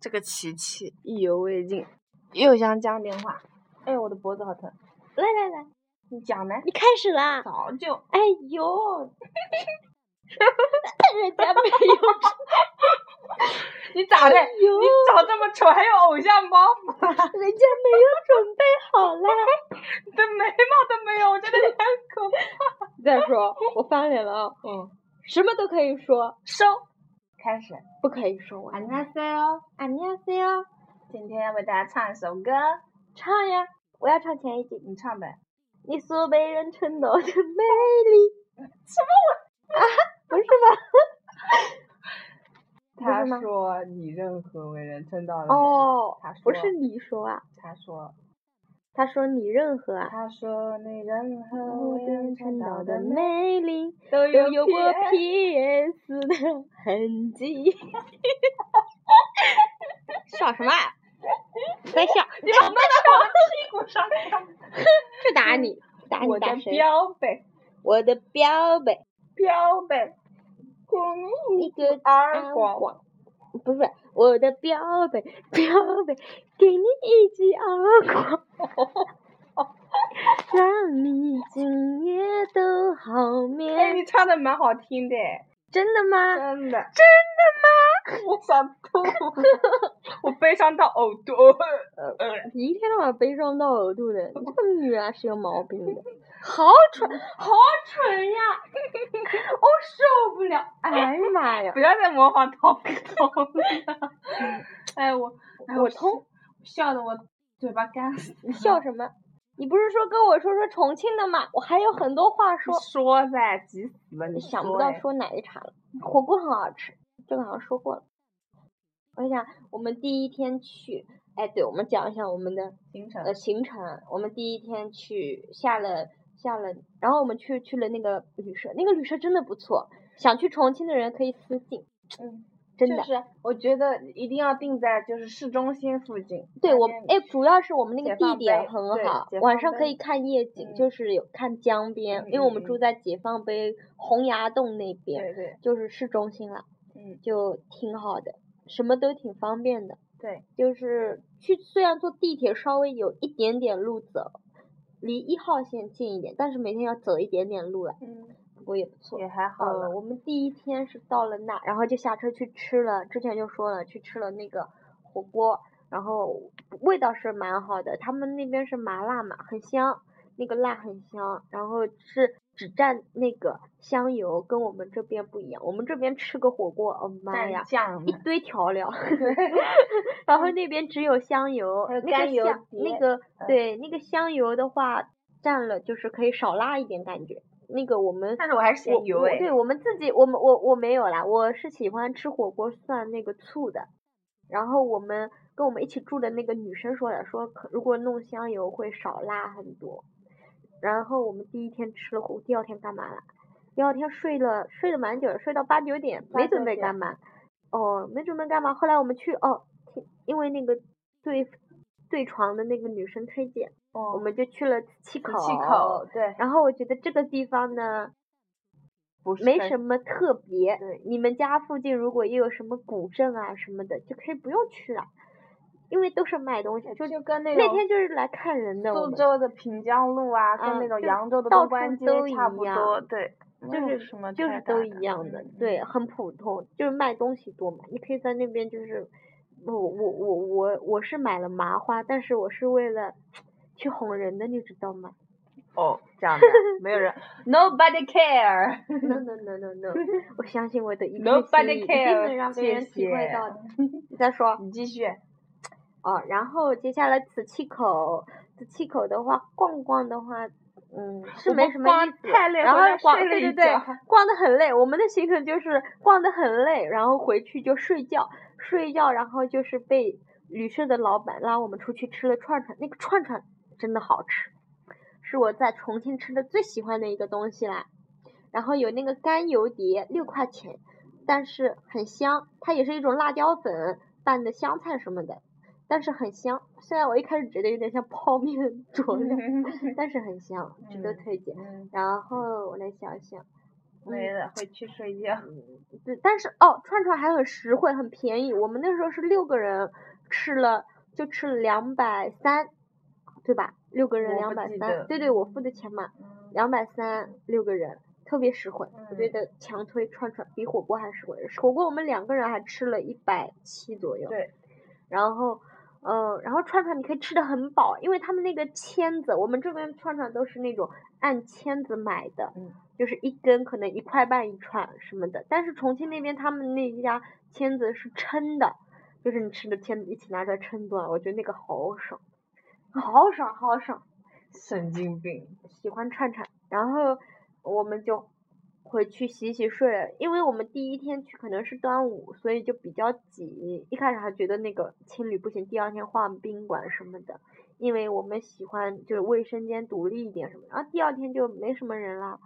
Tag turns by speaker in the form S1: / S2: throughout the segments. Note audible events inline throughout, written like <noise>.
S1: 这个琪琪，
S2: 意犹未尽，又想讲点话。哎，我的脖子好疼。
S3: 来来来，
S2: 你讲呢？
S3: 你开始啦！
S2: 早就
S3: 哎呦， <laughs> 人家没有，
S2: 你咋的？
S3: 哎呦
S2: 你长这么丑还有偶像包袱？
S3: 人家没有准备好 <laughs> 啦。
S2: 你的眉毛都没有，我觉得你很可怕。
S3: 再说，我翻脸了啊，
S2: <laughs> 嗯，
S3: 什么都可以说，
S2: 收，开始。
S3: 不可以说啊我。
S2: 안녕하세요，
S3: 안녕하세요，
S2: 哦今天要为大家唱一首歌，
S3: 唱呀！我要唱前一句。
S2: 你唱呗。
S3: 你所被人称道的美 <laughs> 丽，什么？啊，不是吧？
S2: 他
S3: 不是吗
S2: 说你任何为人称道的美
S3: 哦
S2: 他说
S3: 不是你说啊，
S2: 他说，
S3: 他说你任何啊，
S2: 他说你任何
S3: 我
S2: 为
S3: 被
S2: 人
S3: 人
S2: 称
S3: 称
S2: 道
S3: 道
S2: 的
S3: 的
S2: 美
S3: 美丽，
S2: 都
S3: 都有过
S2: 过
S3: PS 的痕迹。 <laughs> 笑什么啊？你在 <laughs> 笑？
S2: 你把麦到我的屁股上，
S3: 就打你，打
S2: 我
S3: 你
S2: 的
S3: 打谁？
S2: 标本，
S3: 我的标本，
S2: 标本，孔
S3: 一个
S2: 耳
S3: 安
S2: 光，
S3: 广，不是我的标本，标本，给你一记耳光，让你今夜都好
S2: 哎，
S3: 眠。
S2: 你唱的蛮好听的，
S3: 真的吗？
S2: 真的，真的吗？我想吐，我悲伤到呕吐。
S3: 你一天到晚悲伤到呕吐的，你这个女人是有毛病 <laughs> 的。
S2: 好蠢，好蠢 <laughs> 呀！我受不了。
S3: 哎呀妈 <laughs> 呀
S2: 不！要再模仿彤彤了。哎，我哎
S3: 我
S2: 通，笑的我嘴巴干死。
S3: 你笑什么？你不是说跟我说说重庆的吗？我还有很多话说。
S2: 说噻，急死了！你
S3: 想不到
S2: 哎
S3: 说奶茶了，火锅很好吃，这个好像说过了。我想我们第一天去，哎，对，我们讲一下我们的
S2: 行程
S3: 呃行程。我们第一天去下了下了，然后我们去去了那个旅社，那个旅社真的不错，想去重庆的人可以私信，
S2: 嗯，
S3: 真的。
S2: 就是我觉得一定要定在就是市中心附近。
S3: 对我
S2: 那边
S3: 哎，主要是我们那个
S2: 解
S3: 地
S2: 放
S3: 点
S2: 碑
S3: 很
S2: 对
S3: 好
S2: 解，
S3: 晚
S2: 放
S3: 上可
S2: 碑
S3: 以看夜景，
S2: 嗯
S3: 就是有看江边，因为我们
S2: 嗯
S3: 住
S2: 嗯嗯
S3: 在解放碑洪崖洞那边，
S2: 对对，
S3: 就是市中心了。
S2: 嗯
S3: 就挺好的，什么都挺方便的。
S2: 对，
S3: 就是去虽然坐地铁稍微有一点点路走，离一号线近一点，但是每天要走一点点路了，
S2: 嗯，
S3: 不过也不错
S2: 也。还好
S3: 呃，
S2: 了。
S3: 我们第一天是到了那，然后就下车去吃了，之前就说了去吃了那个火锅，然后味道是蛮好的，他们那边是麻辣嘛，很香，那个辣很香，然后是只蘸那个香油，跟我们这边不一样，我们这边吃个火锅，哦妈呀
S2: 蘸，酱
S3: 一
S2: 呢，
S3: 堆
S2: <laughs>
S3: 调料， <laughs> 然后那边只有香油，
S2: 还有
S3: 那
S2: 甘
S3: 个
S2: 油
S3: 香
S2: 碟
S3: 那个
S2: 嗯
S3: 对那个香油的话，蘸了就是可以少辣一点感觉。那个我们
S2: 但是我还是
S3: 我
S2: 嫌油
S3: 我
S2: 哎。
S3: 对我们自己我们我我没有啦，我是喜欢吃火锅涮那个醋的。然后我们跟我们一起住的那个女生说了，说可如果弄香油会少辣很多。然后我们第一天吃了火锅，第二天干嘛了？第二天睡了睡了蛮久的，睡到八九点，
S2: 八
S3: 没准
S2: 九
S3: 备
S2: 点
S3: 干嘛。哦，没准备干嘛。后来我们去哦，听因为那个对对床的那个女生推荐，
S2: 我
S3: 我们就去了七口。
S2: 嗯气口，对，
S3: 然后我觉得这个地方呢，
S2: 不是
S3: 没
S2: 很
S3: 什么特别
S2: 对。
S3: 你们家附近如果也有什么古镇啊什么的，就可以不用去了，因为都是卖东西。就
S2: 就跟那
S3: 那
S2: 种
S3: 天就是来看人的，我
S2: 苏
S3: 们
S2: 州的平江路啊，
S3: 嗯
S2: 跟那种
S3: 就
S2: 扬州的
S3: 到
S2: 东关
S3: 处
S2: 街
S3: 都
S2: 差
S3: 一
S2: 不
S3: 样
S2: 多，对，没
S3: 就
S2: 有
S3: 是
S2: 什么
S3: 就是
S2: 太
S3: 都
S2: 大
S3: 一样的
S2: 嗯，
S3: 对，很普通，就是卖东西多嘛。你可以在那边就是，我我我我我是买了麻花，但是我是为了去哄人的，你知道吗？
S2: 哦，这样的，没有
S3: <laughs>
S2: 人，nobody care，
S3: no no no no
S2: <laughs>
S3: no，我相信我的一片
S2: Nobody
S3: 心意一定
S2: cares，
S3: 能让别人
S2: 谢
S3: 体会
S2: 谢
S3: 到的。 <laughs> 你再
S2: <laughs>
S3: 说，
S2: 你继续，
S3: 哦，然后接下来紫气口，紫气口的话逛逛的话，嗯，是
S2: 我
S3: 没
S2: 们
S3: 什么
S2: 逛
S3: 意思。
S2: 太累
S3: 然
S2: 回
S3: 后
S2: 来
S3: 逛，
S2: 睡了
S3: 对对
S2: 一
S3: 对
S2: 觉，
S3: 逛的很累。我们的行程就是逛的很累，然后回去就睡觉，睡觉，然后就是被旅社的老板拉我们出去吃了串串，那个串串真的好吃，是我在重庆吃的最喜欢的一个东西啦。然后有那个干油碟，六块钱，但是很香，它也是一种辣椒粉拌的香菜什么的，但是很香。虽然我一开始觉得有点像泡面
S2: <laughs>
S3: 佐料，但是很香，值得
S2: 嗯
S3: 推荐。
S2: 嗯
S3: 然后我来想想，
S2: 没了，回去睡觉。
S3: <laughs> 对，但是哦，串串还很实惠，很便宜。我们那时候是六个人吃了，就吃了两百三，对吧？六个人
S2: 我
S3: 两
S2: 不
S3: 百
S2: 记得
S3: 三，对对，我付的钱嘛，两百三六个人，特别实惠。嗯我觉
S2: 嗯
S3: 得强推串串比火锅还实惠，火锅我们两个人还吃了一百七左右。
S2: 对，
S3: 然后，嗯、然后串串你可以吃的很饱，因为他们那个签子，我们这边串串都是那种按签子买的，
S2: 嗯
S3: 就是一根可能一块半一串什么的。但是重庆那边他们那一家签子是称的，就是你吃的签子一起拿出来称断，我觉得那个好爽，好爽，好爽，
S2: 神经病。
S3: 喜欢串串。然后我们就。回去洗洗睡了，因为我们第一天去可能是端午，所以就比较挤。一开始还觉得那个青旅不行，第二天换宾馆什么的，因为我们喜欢就是卫生间独立一点什么的。然后第二天就没什么人了，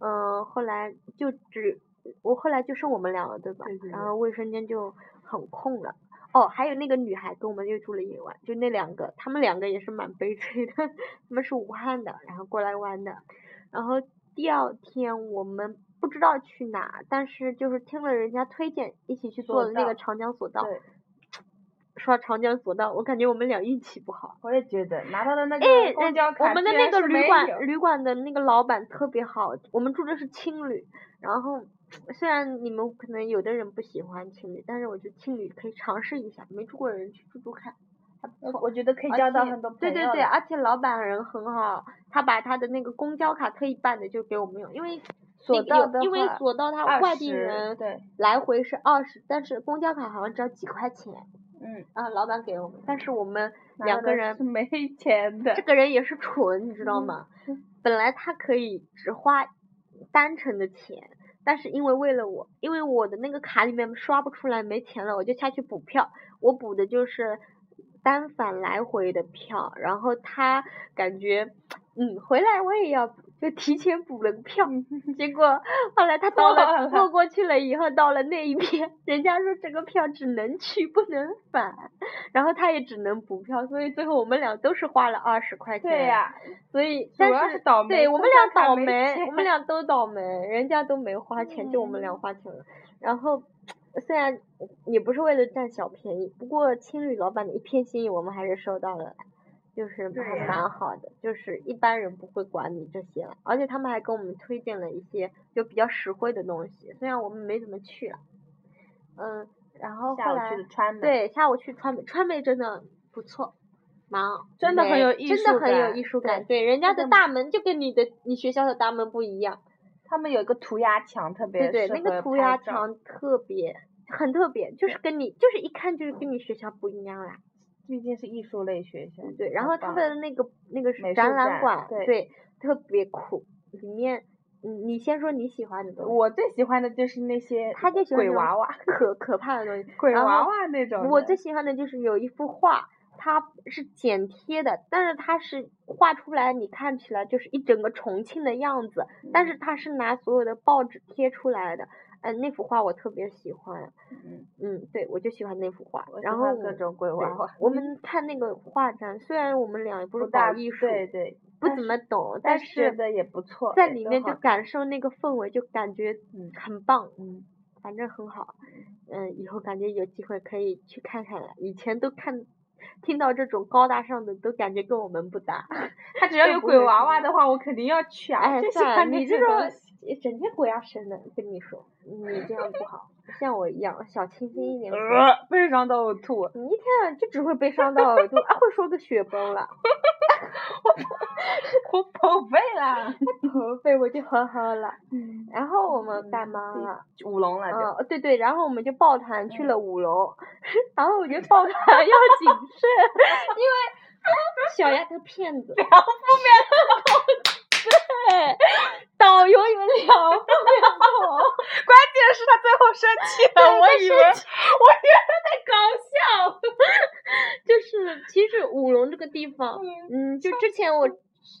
S3: 嗯、后来就只我后来就剩我们俩了，对吧？
S2: 对对
S3: 然
S2: 对
S3: 后卫生间就很空了。哦，还有那个女孩跟我们又住了一晚，就那两个，她们两个也是蛮悲催的，她们是武汉的，然后过来玩的，然后第二天我们不知道去哪，但是就是听了人家推荐，一起去
S2: 索
S3: 坐的那
S2: 道
S3: 个长江索道。
S2: 对，
S3: 说到长江索道，我感觉我们俩运气不好。
S2: 我也觉得拿到的那
S3: 哎，
S2: 个
S3: 那
S2: 公交卡
S3: 我们的
S2: 竟然
S3: 那个
S2: 是
S3: 旅
S2: 没有
S3: 馆旅馆的那个老板特别好，我们住的是青旅，然后虽然你们可能有的人不喜欢青旅，但是我觉得青旅可以尝试一下，没住过的人去住住看，还不错。
S2: 我觉得可以
S3: 而
S2: 交到
S3: 且
S2: 很多朋
S3: 啊对
S2: 友
S3: 对
S2: 的
S3: 对，而且老板人很好，他把他的那个公交卡特意办的就给我们用，因为
S2: 索
S3: 那个
S2: 道
S3: 有
S2: 的
S3: 因为
S2: 话
S3: 索道他
S2: 二
S3: 外地
S2: 十
S3: 人
S2: 对，
S3: 来回是二十，但是公交卡好像只要几块钱，
S2: 嗯，
S3: 然后老板给我们，但是我们
S2: 拿
S3: 两
S2: 到
S3: 个
S2: 的
S3: 人
S2: 是没钱的嗯
S3: 这，个人也是蠢，你知道吗？本来他可以只花单程的钱，但是因为为了我，因为我的那个卡里面刷不出来没钱了，我就下去补票。我补的就是单反来回的票，然后他感觉，嗯，回来我也要补，就提前补了
S2: <laughs>
S3: 个票。结果后来他到
S2: 到
S3: 了
S2: 了
S3: 坐过去了以后，到了那一边，人家说这个票只能去不能返，然后他也只能补票，所以最后我们俩都是花了二十块钱。
S2: 对呀、
S3: 所以，
S2: 主
S3: 但
S2: 要
S3: 是
S2: 是倒霉
S3: 对我
S2: 公
S3: 们
S2: 交
S3: 俩
S2: 卡
S3: 倒
S2: 没
S3: 霉，
S2: 钱 <laughs>
S3: 我们俩都倒霉，人家都没花钱，就我们俩
S2: 嗯
S3: 花钱了。然后，虽然也不是为了占小便宜，不过青旅老板的一片心意我们还是收到了，就是
S2: 对
S3: 还
S2: 呀
S3: 蛮好的，就是一般人不会管你这些了，而且他们还给我们推荐了一些就比较实惠的东西，虽然我们没怎么去啊，嗯，然后
S2: 下
S3: 后
S2: 午
S3: 来
S2: 去的川美，，
S3: 对下午去川美，川美真的不错。蛮
S2: 真的很
S3: 美
S2: 有艺
S3: 真的
S2: 术
S3: 很有
S2: 感
S3: 艺术
S2: 对
S3: 感。对，人家
S2: 这
S3: 的
S2: 个
S3: 大门就跟你的你学校的大门不一样。
S2: 他们有一个涂鸦墙，特别
S3: 对对，
S2: 适
S3: 那个
S2: 合
S3: 涂
S2: 拍
S3: 鸦
S2: 照，
S3: 墙特别，很特别，就是跟你就是一看就是跟你学校不一样啦。
S2: 毕竟是艺术类学校，
S3: 嗯对，然
S2: 很
S3: 后他
S2: 棒
S3: 们的那个那个是
S2: 美术
S3: 展览
S2: 展
S3: 馆，
S2: 对
S3: 特别酷。里面，嗯，你先说你喜欢的东西。
S2: 我最喜欢的就是那些
S3: 他就喜欢
S2: 鬼
S3: 那种
S2: 娃娃，
S3: 可可怕的东西，
S2: 鬼
S3: 然后
S2: 娃娃那种的，
S3: 我最喜欢的就是有一幅画，它是剪贴的，但是它是画出来，你看起来就是一整个重庆的样子，但是它是拿所有的报纸贴出来的。嗯，那幅画我特别喜欢。
S2: 嗯，
S3: 嗯，对，我就喜欢那幅画
S2: 我。喜
S3: 然后
S2: 欢各
S3: 我
S2: 种鬼
S3: 对
S2: 娃娃，
S3: 我们看那个画展，虽然我们俩也不是
S2: 不
S3: 搞
S2: 大
S3: 艺术，
S2: 对对，
S3: 不
S2: 但
S3: 怎
S2: 是
S3: 么懂，
S2: 但
S3: 是
S2: 觉得也不错，
S3: 在
S2: 也
S3: 里
S2: 都
S3: 面
S2: 好
S3: 就感受那个氛围，就感觉
S2: 嗯
S3: 很棒。
S2: 嗯，
S3: 反正很好，嗯，以后感觉有机会可以去看看了。以前都看，听到这种高大上的都感觉跟我们不搭。
S2: 他只要
S3: 就
S2: 有
S3: 不
S2: 鬼
S3: 会
S2: 娃
S3: 出
S2: 娃的话，我肯定要去啊！
S3: 哎
S2: 我，就喜
S3: 算
S2: 欢
S3: 了，你
S2: 啊这
S3: 这
S2: 种
S3: 种整天鬼压身的，跟你说，你这样不好，像我一样小清新一点。
S2: 呃，悲伤到呕
S3: <laughs>
S2: 吐。
S3: 你一天啊就只会悲伤到耳朵，啊，会说个雪崩了， <laughs>
S2: 我宝贝啦，
S3: 驼背我就呵呵了。
S2: 嗯，
S3: 然后我们干
S2: 嗯
S3: 嘛啊
S2: 对
S3: 了？
S2: 舞龙了就。
S3: 嗯，对对，然后我们就抱团去
S2: 嗯
S3: 了五楼，然后我觉得抱团要谨慎， <laughs> 因为小丫头骗子，两副面孔，对，导游有两副面孔，
S2: 关键是他最后生气
S3: 对
S2: 了，我
S3: 他
S2: 以
S3: 生
S2: 为
S3: 气
S2: 我以为他在搞笑。
S3: <laughs> 就是其实五龙这个地方，
S2: 嗯
S3: 嗯，就之前我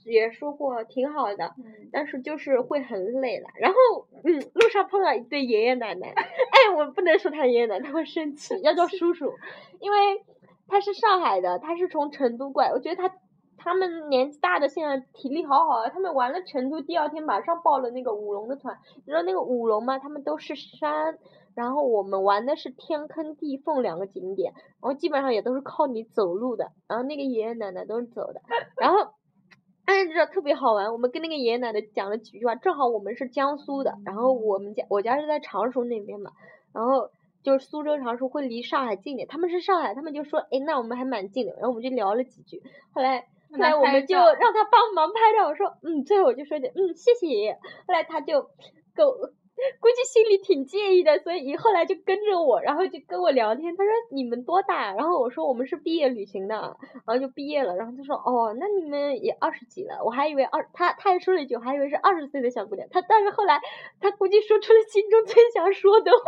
S3: 也说过挺好的，
S2: 嗯
S3: 但是就是会很累了。然后，嗯，路上碰到一对爷爷奶奶，哎，我不能说他爷爷奶奶，他会生气，要叫叔叔，因为他是上海的，他是从成都过来，我觉得他他们年纪大的现在体力好好啊，他们完了成都第二天马上报了那个舞龙的团，你知道那个舞龙嘛，他们都是山，然后我们玩的是天坑地缝两个景点，然后基本上也都是靠你走路的，然后那个爷爷奶奶都是走的，然后。但是这特别好玩，我们跟那个爷爷奶奶讲了几句话，正好我们是江苏的，然后我们家我家是在常熟那边嘛，然后就是苏州常熟会离上海近一点，他们是上海，他们就说，哎，那我们还蛮近的，然后我们就聊了几句，后来后来我们就让他帮忙拍照，我说，嗯，最后我就说一句，嗯，谢谢爷爷，后来他就跟我。估计心里挺介意的，所以后来就跟着我，然后就跟我聊天。他说你们多大？然后我说我们是毕业旅行的，然后就毕业了。然后他说哦，那你们也二十几了，我还以为二，他他还说了一句，我还以为是二十岁的小姑娘。他但是后来他估计说出了心中最想说的话，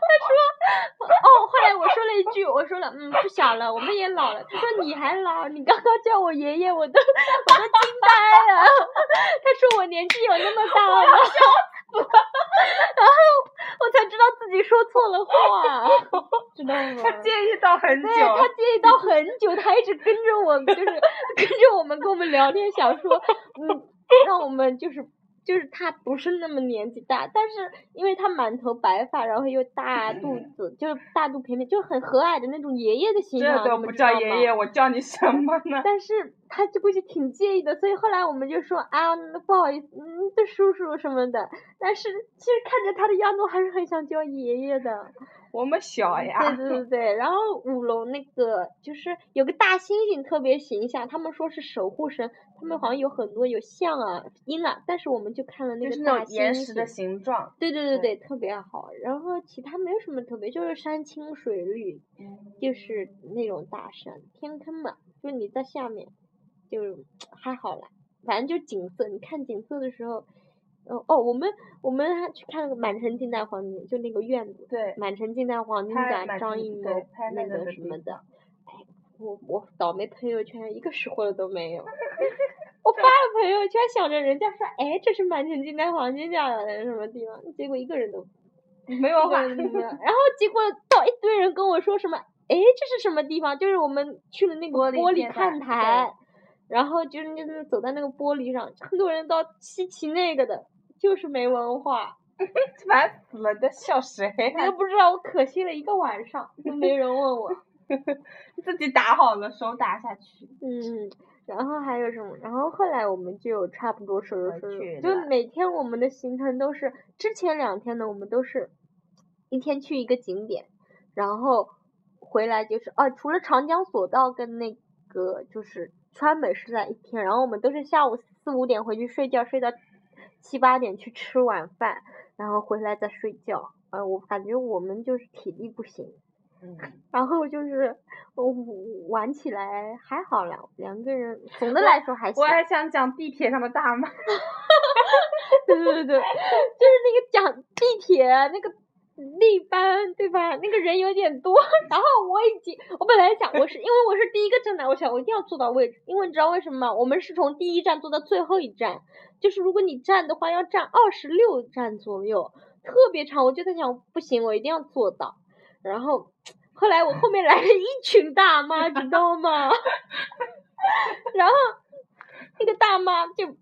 S3: 他说哦，后来我说了一句，我说了嗯不小了，我们也老了。他说你还老，你刚刚叫我爷爷，我都我都惊呆了。他说我年纪有那么大吗？ <laughs> 然后我才知道自己说错了话， <laughs> 知道吗？
S2: 他介意到很久，
S3: 对他介意到很久，他一直跟着我们，就是 <laughs> 跟着我们跟我们聊天，想说，嗯，让我们就是就是他不是那么年纪大，但是因为他满头白发，然后又大肚子，就是大肚皮面，就是很和蔼的那种爷爷的形象，
S2: 嗯这都
S3: 你们
S2: 不
S3: 知道
S2: 叫
S3: 吗
S2: 爷爷，我叫你什么呢？
S3: 但是他就估计挺介意的，所以后来我们就说啊，那不好意思，嗯，这叔叔什么的。但是其实看着他的样子，我还是很想叫爷爷的。
S2: 我们小呀，
S3: 对对对对。然后舞龙那个就是有个大猩猩特别形象，他们说是守护神，他们好像有很多有象啊、鹰啊，但是我们就看了那
S2: 就
S3: 个
S2: 是
S3: 大
S2: 那
S3: 猩猩。
S2: 种岩石的形状。
S3: 对对对对，特别好。然后其他没有什么特别，就是山清水绿，嗯就是那种大山，天坑嘛，就是你在下面，就是还好啦，反正就景色。你看景色的时候，哦哦，我们我们还去看了个满城尽带黄金，就那个院子，
S2: 对，
S3: 满城尽带黄金
S2: 拍
S3: 甲，
S2: 满
S3: 张
S2: 城
S3: 艺谋
S2: 对拍那
S3: 那
S2: 个
S3: 个
S2: 的
S3: 什
S2: 地
S3: 么的。哎，我我倒霉朋友圈一个识货的都没
S2: <laughs>
S3: 有。我发了朋友圈，想着人家说，哎，这是满城尽带黄金甲的什么地方，结果一个人都
S2: 没有
S3: 对
S2: 画，
S3: 对对然后结果到一堆人跟我说什么，诶，这是什么地方？就是我们去了那个
S2: 玻璃
S3: 玻璃
S2: 天
S3: 看
S2: 台
S3: 台，然后就是那个走在那个玻璃上，很多人到稀奇那个的，就是没文化。
S2: <laughs> 烦死了，在笑
S3: <laughs>
S2: 谁？
S3: 你都不知道，我可惜了一个晚上，都没人问我。
S2: 自己打好了，手打下去。
S3: 嗯，然后还有什么？然后后来我们就差不多收拾
S2: 回
S3: 收拾，
S2: 去
S3: 就
S2: 了
S3: 每天我们的行程都是，之前两天呢，我们都是一天去一个景点，然后回来就是哦、除了长江索道跟那个就是川美是在一天，然后我们都是下午四五点回去睡觉，睡到七八点去吃晚饭，然后回来再睡觉。呃，我感觉我们就是体力不行。
S2: 嗯，
S3: 然后就是我玩起来还好啦，两个人总的来说还行
S2: 我。还想讲地铁上的大妈，
S3: <laughs> 对对对对，就是那个讲地铁那个那班对吧？那个人有点多， <laughs> 然后我已经我本来想我是因为我是第一个站的，我想我一定要坐到位置，因为你知道为什么吗？我们是从第一站坐到最后一站，就是如果你站的话要站二十六站左右，特别长。我就在想不行，我一定要坐到。然后后来我后面来了一群大妈，知道吗？ <laughs> 然后那个大妈就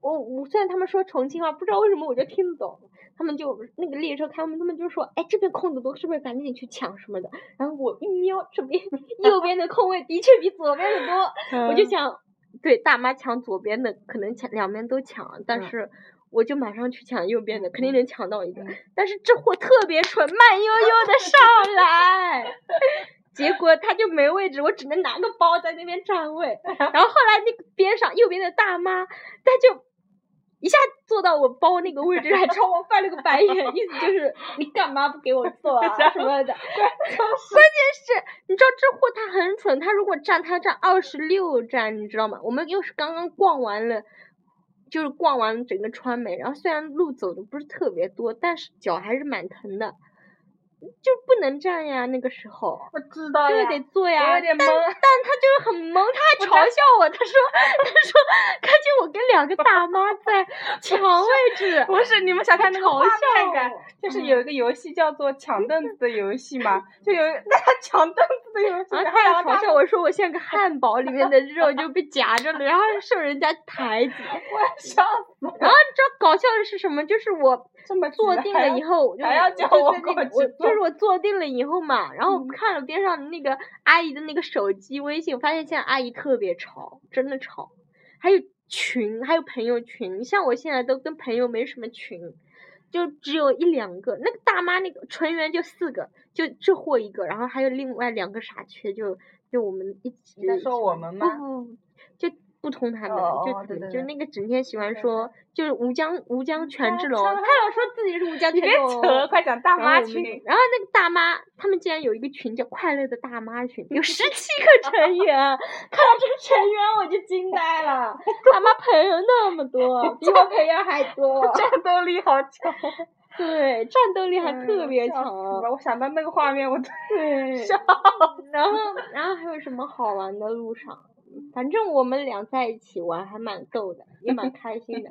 S3: 我我虽然他们说重庆话，不知道为什么我就听得懂。他们就那个列车开门，他们就说：“哎，这边空的多，是不是赶紧去抢什么的？”然后我一瞄，这边 <laughs> 右边的空位的确比左边的多，
S2: 嗯
S3: 我就想，对，大妈抢左边的，可能抢两边都抢，但
S2: 嗯
S3: 是我就马上去抢右边的，肯定能抢到一个
S2: 嗯。
S3: 但是这货特别蠢，慢悠悠的上来， <laughs> 结果他就没位置，我只能拿个包在那边占位。然后后来那个边上右边的大妈，她就一下坐到我包那个位置，还 <laughs> 朝我翻了个白眼，意思就是你干嘛不给我坐啊什么的。但是你知道这货他很蠢，他如果站他站二十六站，你知道吗？我们又是刚刚逛完了，就是逛完整个川美，然后虽然路走的不是特别多，但是脚还是蛮疼的，就不能站呀那个时候。
S2: 我知道
S3: 就
S2: 哎呀，
S3: 得坐呀，
S2: 我有点
S3: 啊但
S2: 懵
S3: 但他就是很懵，他还嘲笑我，他说他说看见我跟两个大
S2: <laughs>
S3: 妈在抢位置，
S2: 不是，你们想看那个
S3: 嘲
S2: 画
S3: 笑
S2: 面嗯
S3: 我
S2: 啊感，就是有一个游戏叫做抢凳子的游戏嘛，就有大家抢凳子为什么
S3: 然后
S2: 还
S3: 他
S2: 要
S3: 在床上，我说我像个汉堡，里面的肉就被夹着了，然后受人家抬挤。
S2: 我笑死了，
S3: 然 <laughs> 后你知道搞笑的是什么？就是我
S2: 这么挤
S3: 坐
S2: 的
S3: 定
S2: 还
S3: 了
S2: 要
S3: 以后，我就
S2: 还要
S3: 我
S2: 叫
S3: 就
S2: 我
S3: 在
S2: 过
S3: 那个
S2: 去
S3: 我就
S2: 坐
S3: 是我坐定了以后嘛，然后
S2: 嗯
S3: 看了边上那个阿姨的那个手机微信，发现现在阿姨特别吵，真的吵，还有群，还有朋友群，像我现在都跟朋友没什么群。就只有一两个，那个大妈那个成员就四个，就这货一个，然后还有另外两个傻缺，就就我们一起。
S2: 你在说我们吗
S3: 不不不，哦就不同他们，
S2: 哦
S3: 就
S2: 哦
S3: 可
S2: 对
S3: 能
S2: 对
S3: 就
S2: 对
S3: 那个整天喜欢
S2: 对
S3: 说，就是吴江吴江权
S2: 江
S3: 志龙，
S2: 川
S3: 他老说自己是吴江
S2: 你
S3: 权
S2: 别
S3: 志龙。
S2: 扯，快讲大
S3: 然后
S2: 妈
S3: 我们就
S2: 群。。
S3: 然后那个大妈，他们竟然有一个群叫“快乐的大妈群”，有十七个成员。啊 <laughs> 看到这个成员，我就惊呆了。大妈朋友那么多， <laughs> 比我朋友还多
S2: 战斗力好强，
S3: <laughs> 对，战斗力还
S2: 哎
S3: 特
S2: 呦
S3: 别
S2: 笑
S3: 强。
S2: 死了我想到那个画面，我都
S3: 对，
S2: 笑。
S3: 然后， <laughs> 然后还有什么好玩的路上？反正我们俩在一起玩还蛮逗的，也蛮开心
S2: <laughs>
S3: 的，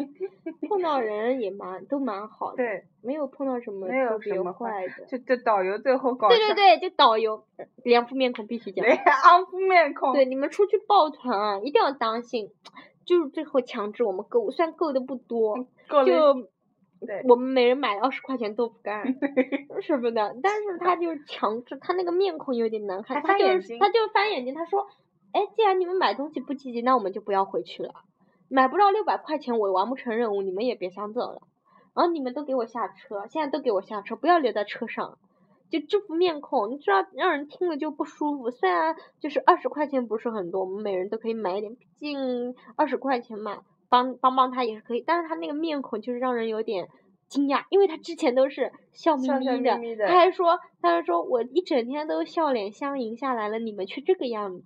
S3: 碰到人也蛮都蛮好的，
S2: 对，
S3: 没有碰到什么
S2: 没有
S3: 特
S2: 什
S3: 别
S2: 么
S3: 坏的。
S2: 就就导游最后搞
S3: 对对
S2: 笑，
S3: 对，就导游两副面孔必须讲。
S2: 连安抚面孔。
S3: 对，你们出去抱团啊，一定要当心，就是最后强制我们购物，虽然购的不多，
S2: 够了，
S3: 就
S2: 对
S3: 我们每人买二十块钱豆腐
S2: <laughs>
S3: 干儿什么的，但是他就是强制，他那个面孔有点难看，
S2: 还
S3: 他
S2: 翻
S3: 就
S2: 眼
S3: 是
S2: 睛
S3: 他就翻眼睛，他说，哎，既然你们买东西不积极，那我们就不要回去了，买不到六百块钱我完不成任务，你们也别想走了，然后你们都给我下车，现在都给我下车，不要留在车上。就这副面孔，你知道让人听了就不舒服。虽然就是二十块钱不是很多，我们每人都可以买一点，毕竟二十块钱嘛，帮帮帮他也是可以。但是他那个面孔就是让人有点惊讶，因为他之前都是笑眯
S2: 笑笑
S3: 眯的，
S2: 眯眯
S3: <laughs>
S2: 的
S3: 他还说他还说我一整天都笑脸相迎下来了，你们却这个样子。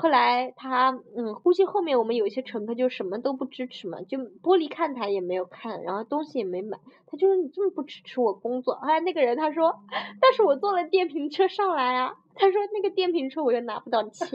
S3: 后来他嗯，估计后面我们有一些乘客就什么都不支持嘛，就玻璃看台也没有看，然后东西也没买。他就说你这么不支持我工作，后来那个人他说， <laughs> 但是我坐了电瓶车上来啊，他说那个电瓶车我又拿不到钱，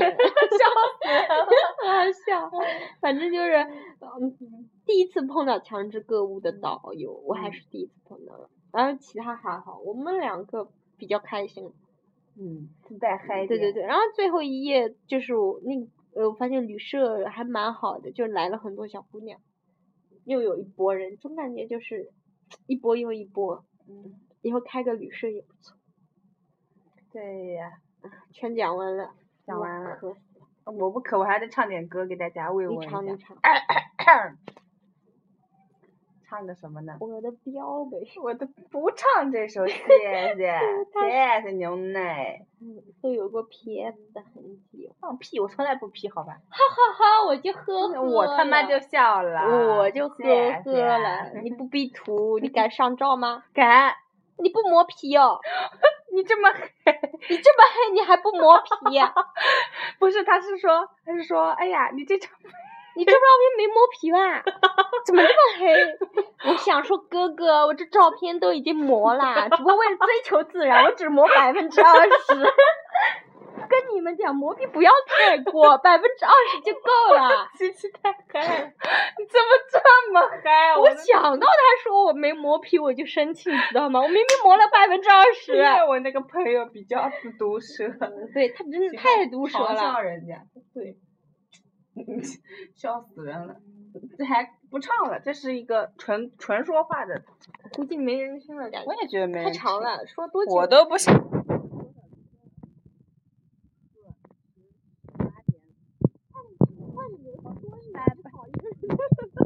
S3: 好好笑，反正就是嗯，第一次碰到强制购物的导游，我还
S2: 嗯
S3: 是第一次碰到了，然后其他还好，我们两个比较开心，
S2: <laughs> 嗯，自带嗨
S3: 对对对，然后最后一页就是我那个呃，我发现旅社还蛮好的，就来了很多小姑娘，又有一波人，总感觉就是一波又一波，
S2: 嗯，
S3: 以后开个旅社也不错。
S2: 对呀，
S3: 全讲完了，
S2: 讲
S3: 我
S2: 完了
S3: 渴死
S2: 我不渴，我还得唱点歌给大家慰
S3: 你
S2: 问一
S3: 尝你
S2: 下。
S3: 尝，
S2: <clears throat> 唱个什么呢？
S3: 我的标本，
S2: 我都不唱这首，谢谢，谢谢牛奶。
S3: <laughs> 嗯，都有过 PS 的痕迹。
S2: 放屁！我从来不屁，好吧？
S3: 哈哈，我就喝喝
S2: 我他妈就
S3: 了
S2: 笑了，
S3: 我就喝
S2: 谢
S3: 喝
S2: 谢
S3: 了，你不逼
S2: <laughs>
S3: 图，你敢上照吗？
S2: 敢？
S3: 你不磨皮哦，
S2: 你这么黑？
S3: 你这么黑你还不磨皮、
S2: 不是，他是说，他是说，哎呀，你这张 <laughs>
S3: 你这照片没磨皮吧？怎么这么黑？ <laughs> 我想说，哥哥，我这照片都已经磨啦，只不过为了追求自然，我只磨百分之二十。跟你们讲，磨皮不要太过，百分之二十就够了。
S2: 机器太嗨了，你怎么这么嗨？
S3: 我
S2: 的
S3: 想到他说我没磨皮，我就生气，你知道吗？我明明磨了百分之二
S2: <laughs> 因
S3: 十。
S2: 为我那个朋友比较不毒舌，
S3: 对他真
S2: 嗯 <laughs>
S3: 的太毒舌
S2: 嘲笑
S3: 了。
S2: 人家，
S3: 对，
S2: <laughs> 笑死人了。这还不唱了，这是一个纯纯说话的。
S3: 估计没人听了，感觉
S2: 我也觉得没
S3: 太
S2: 人
S3: 长
S2: 听，
S3: 了，说多久？
S2: 我都不想。
S3: 看你们多一点不好意思。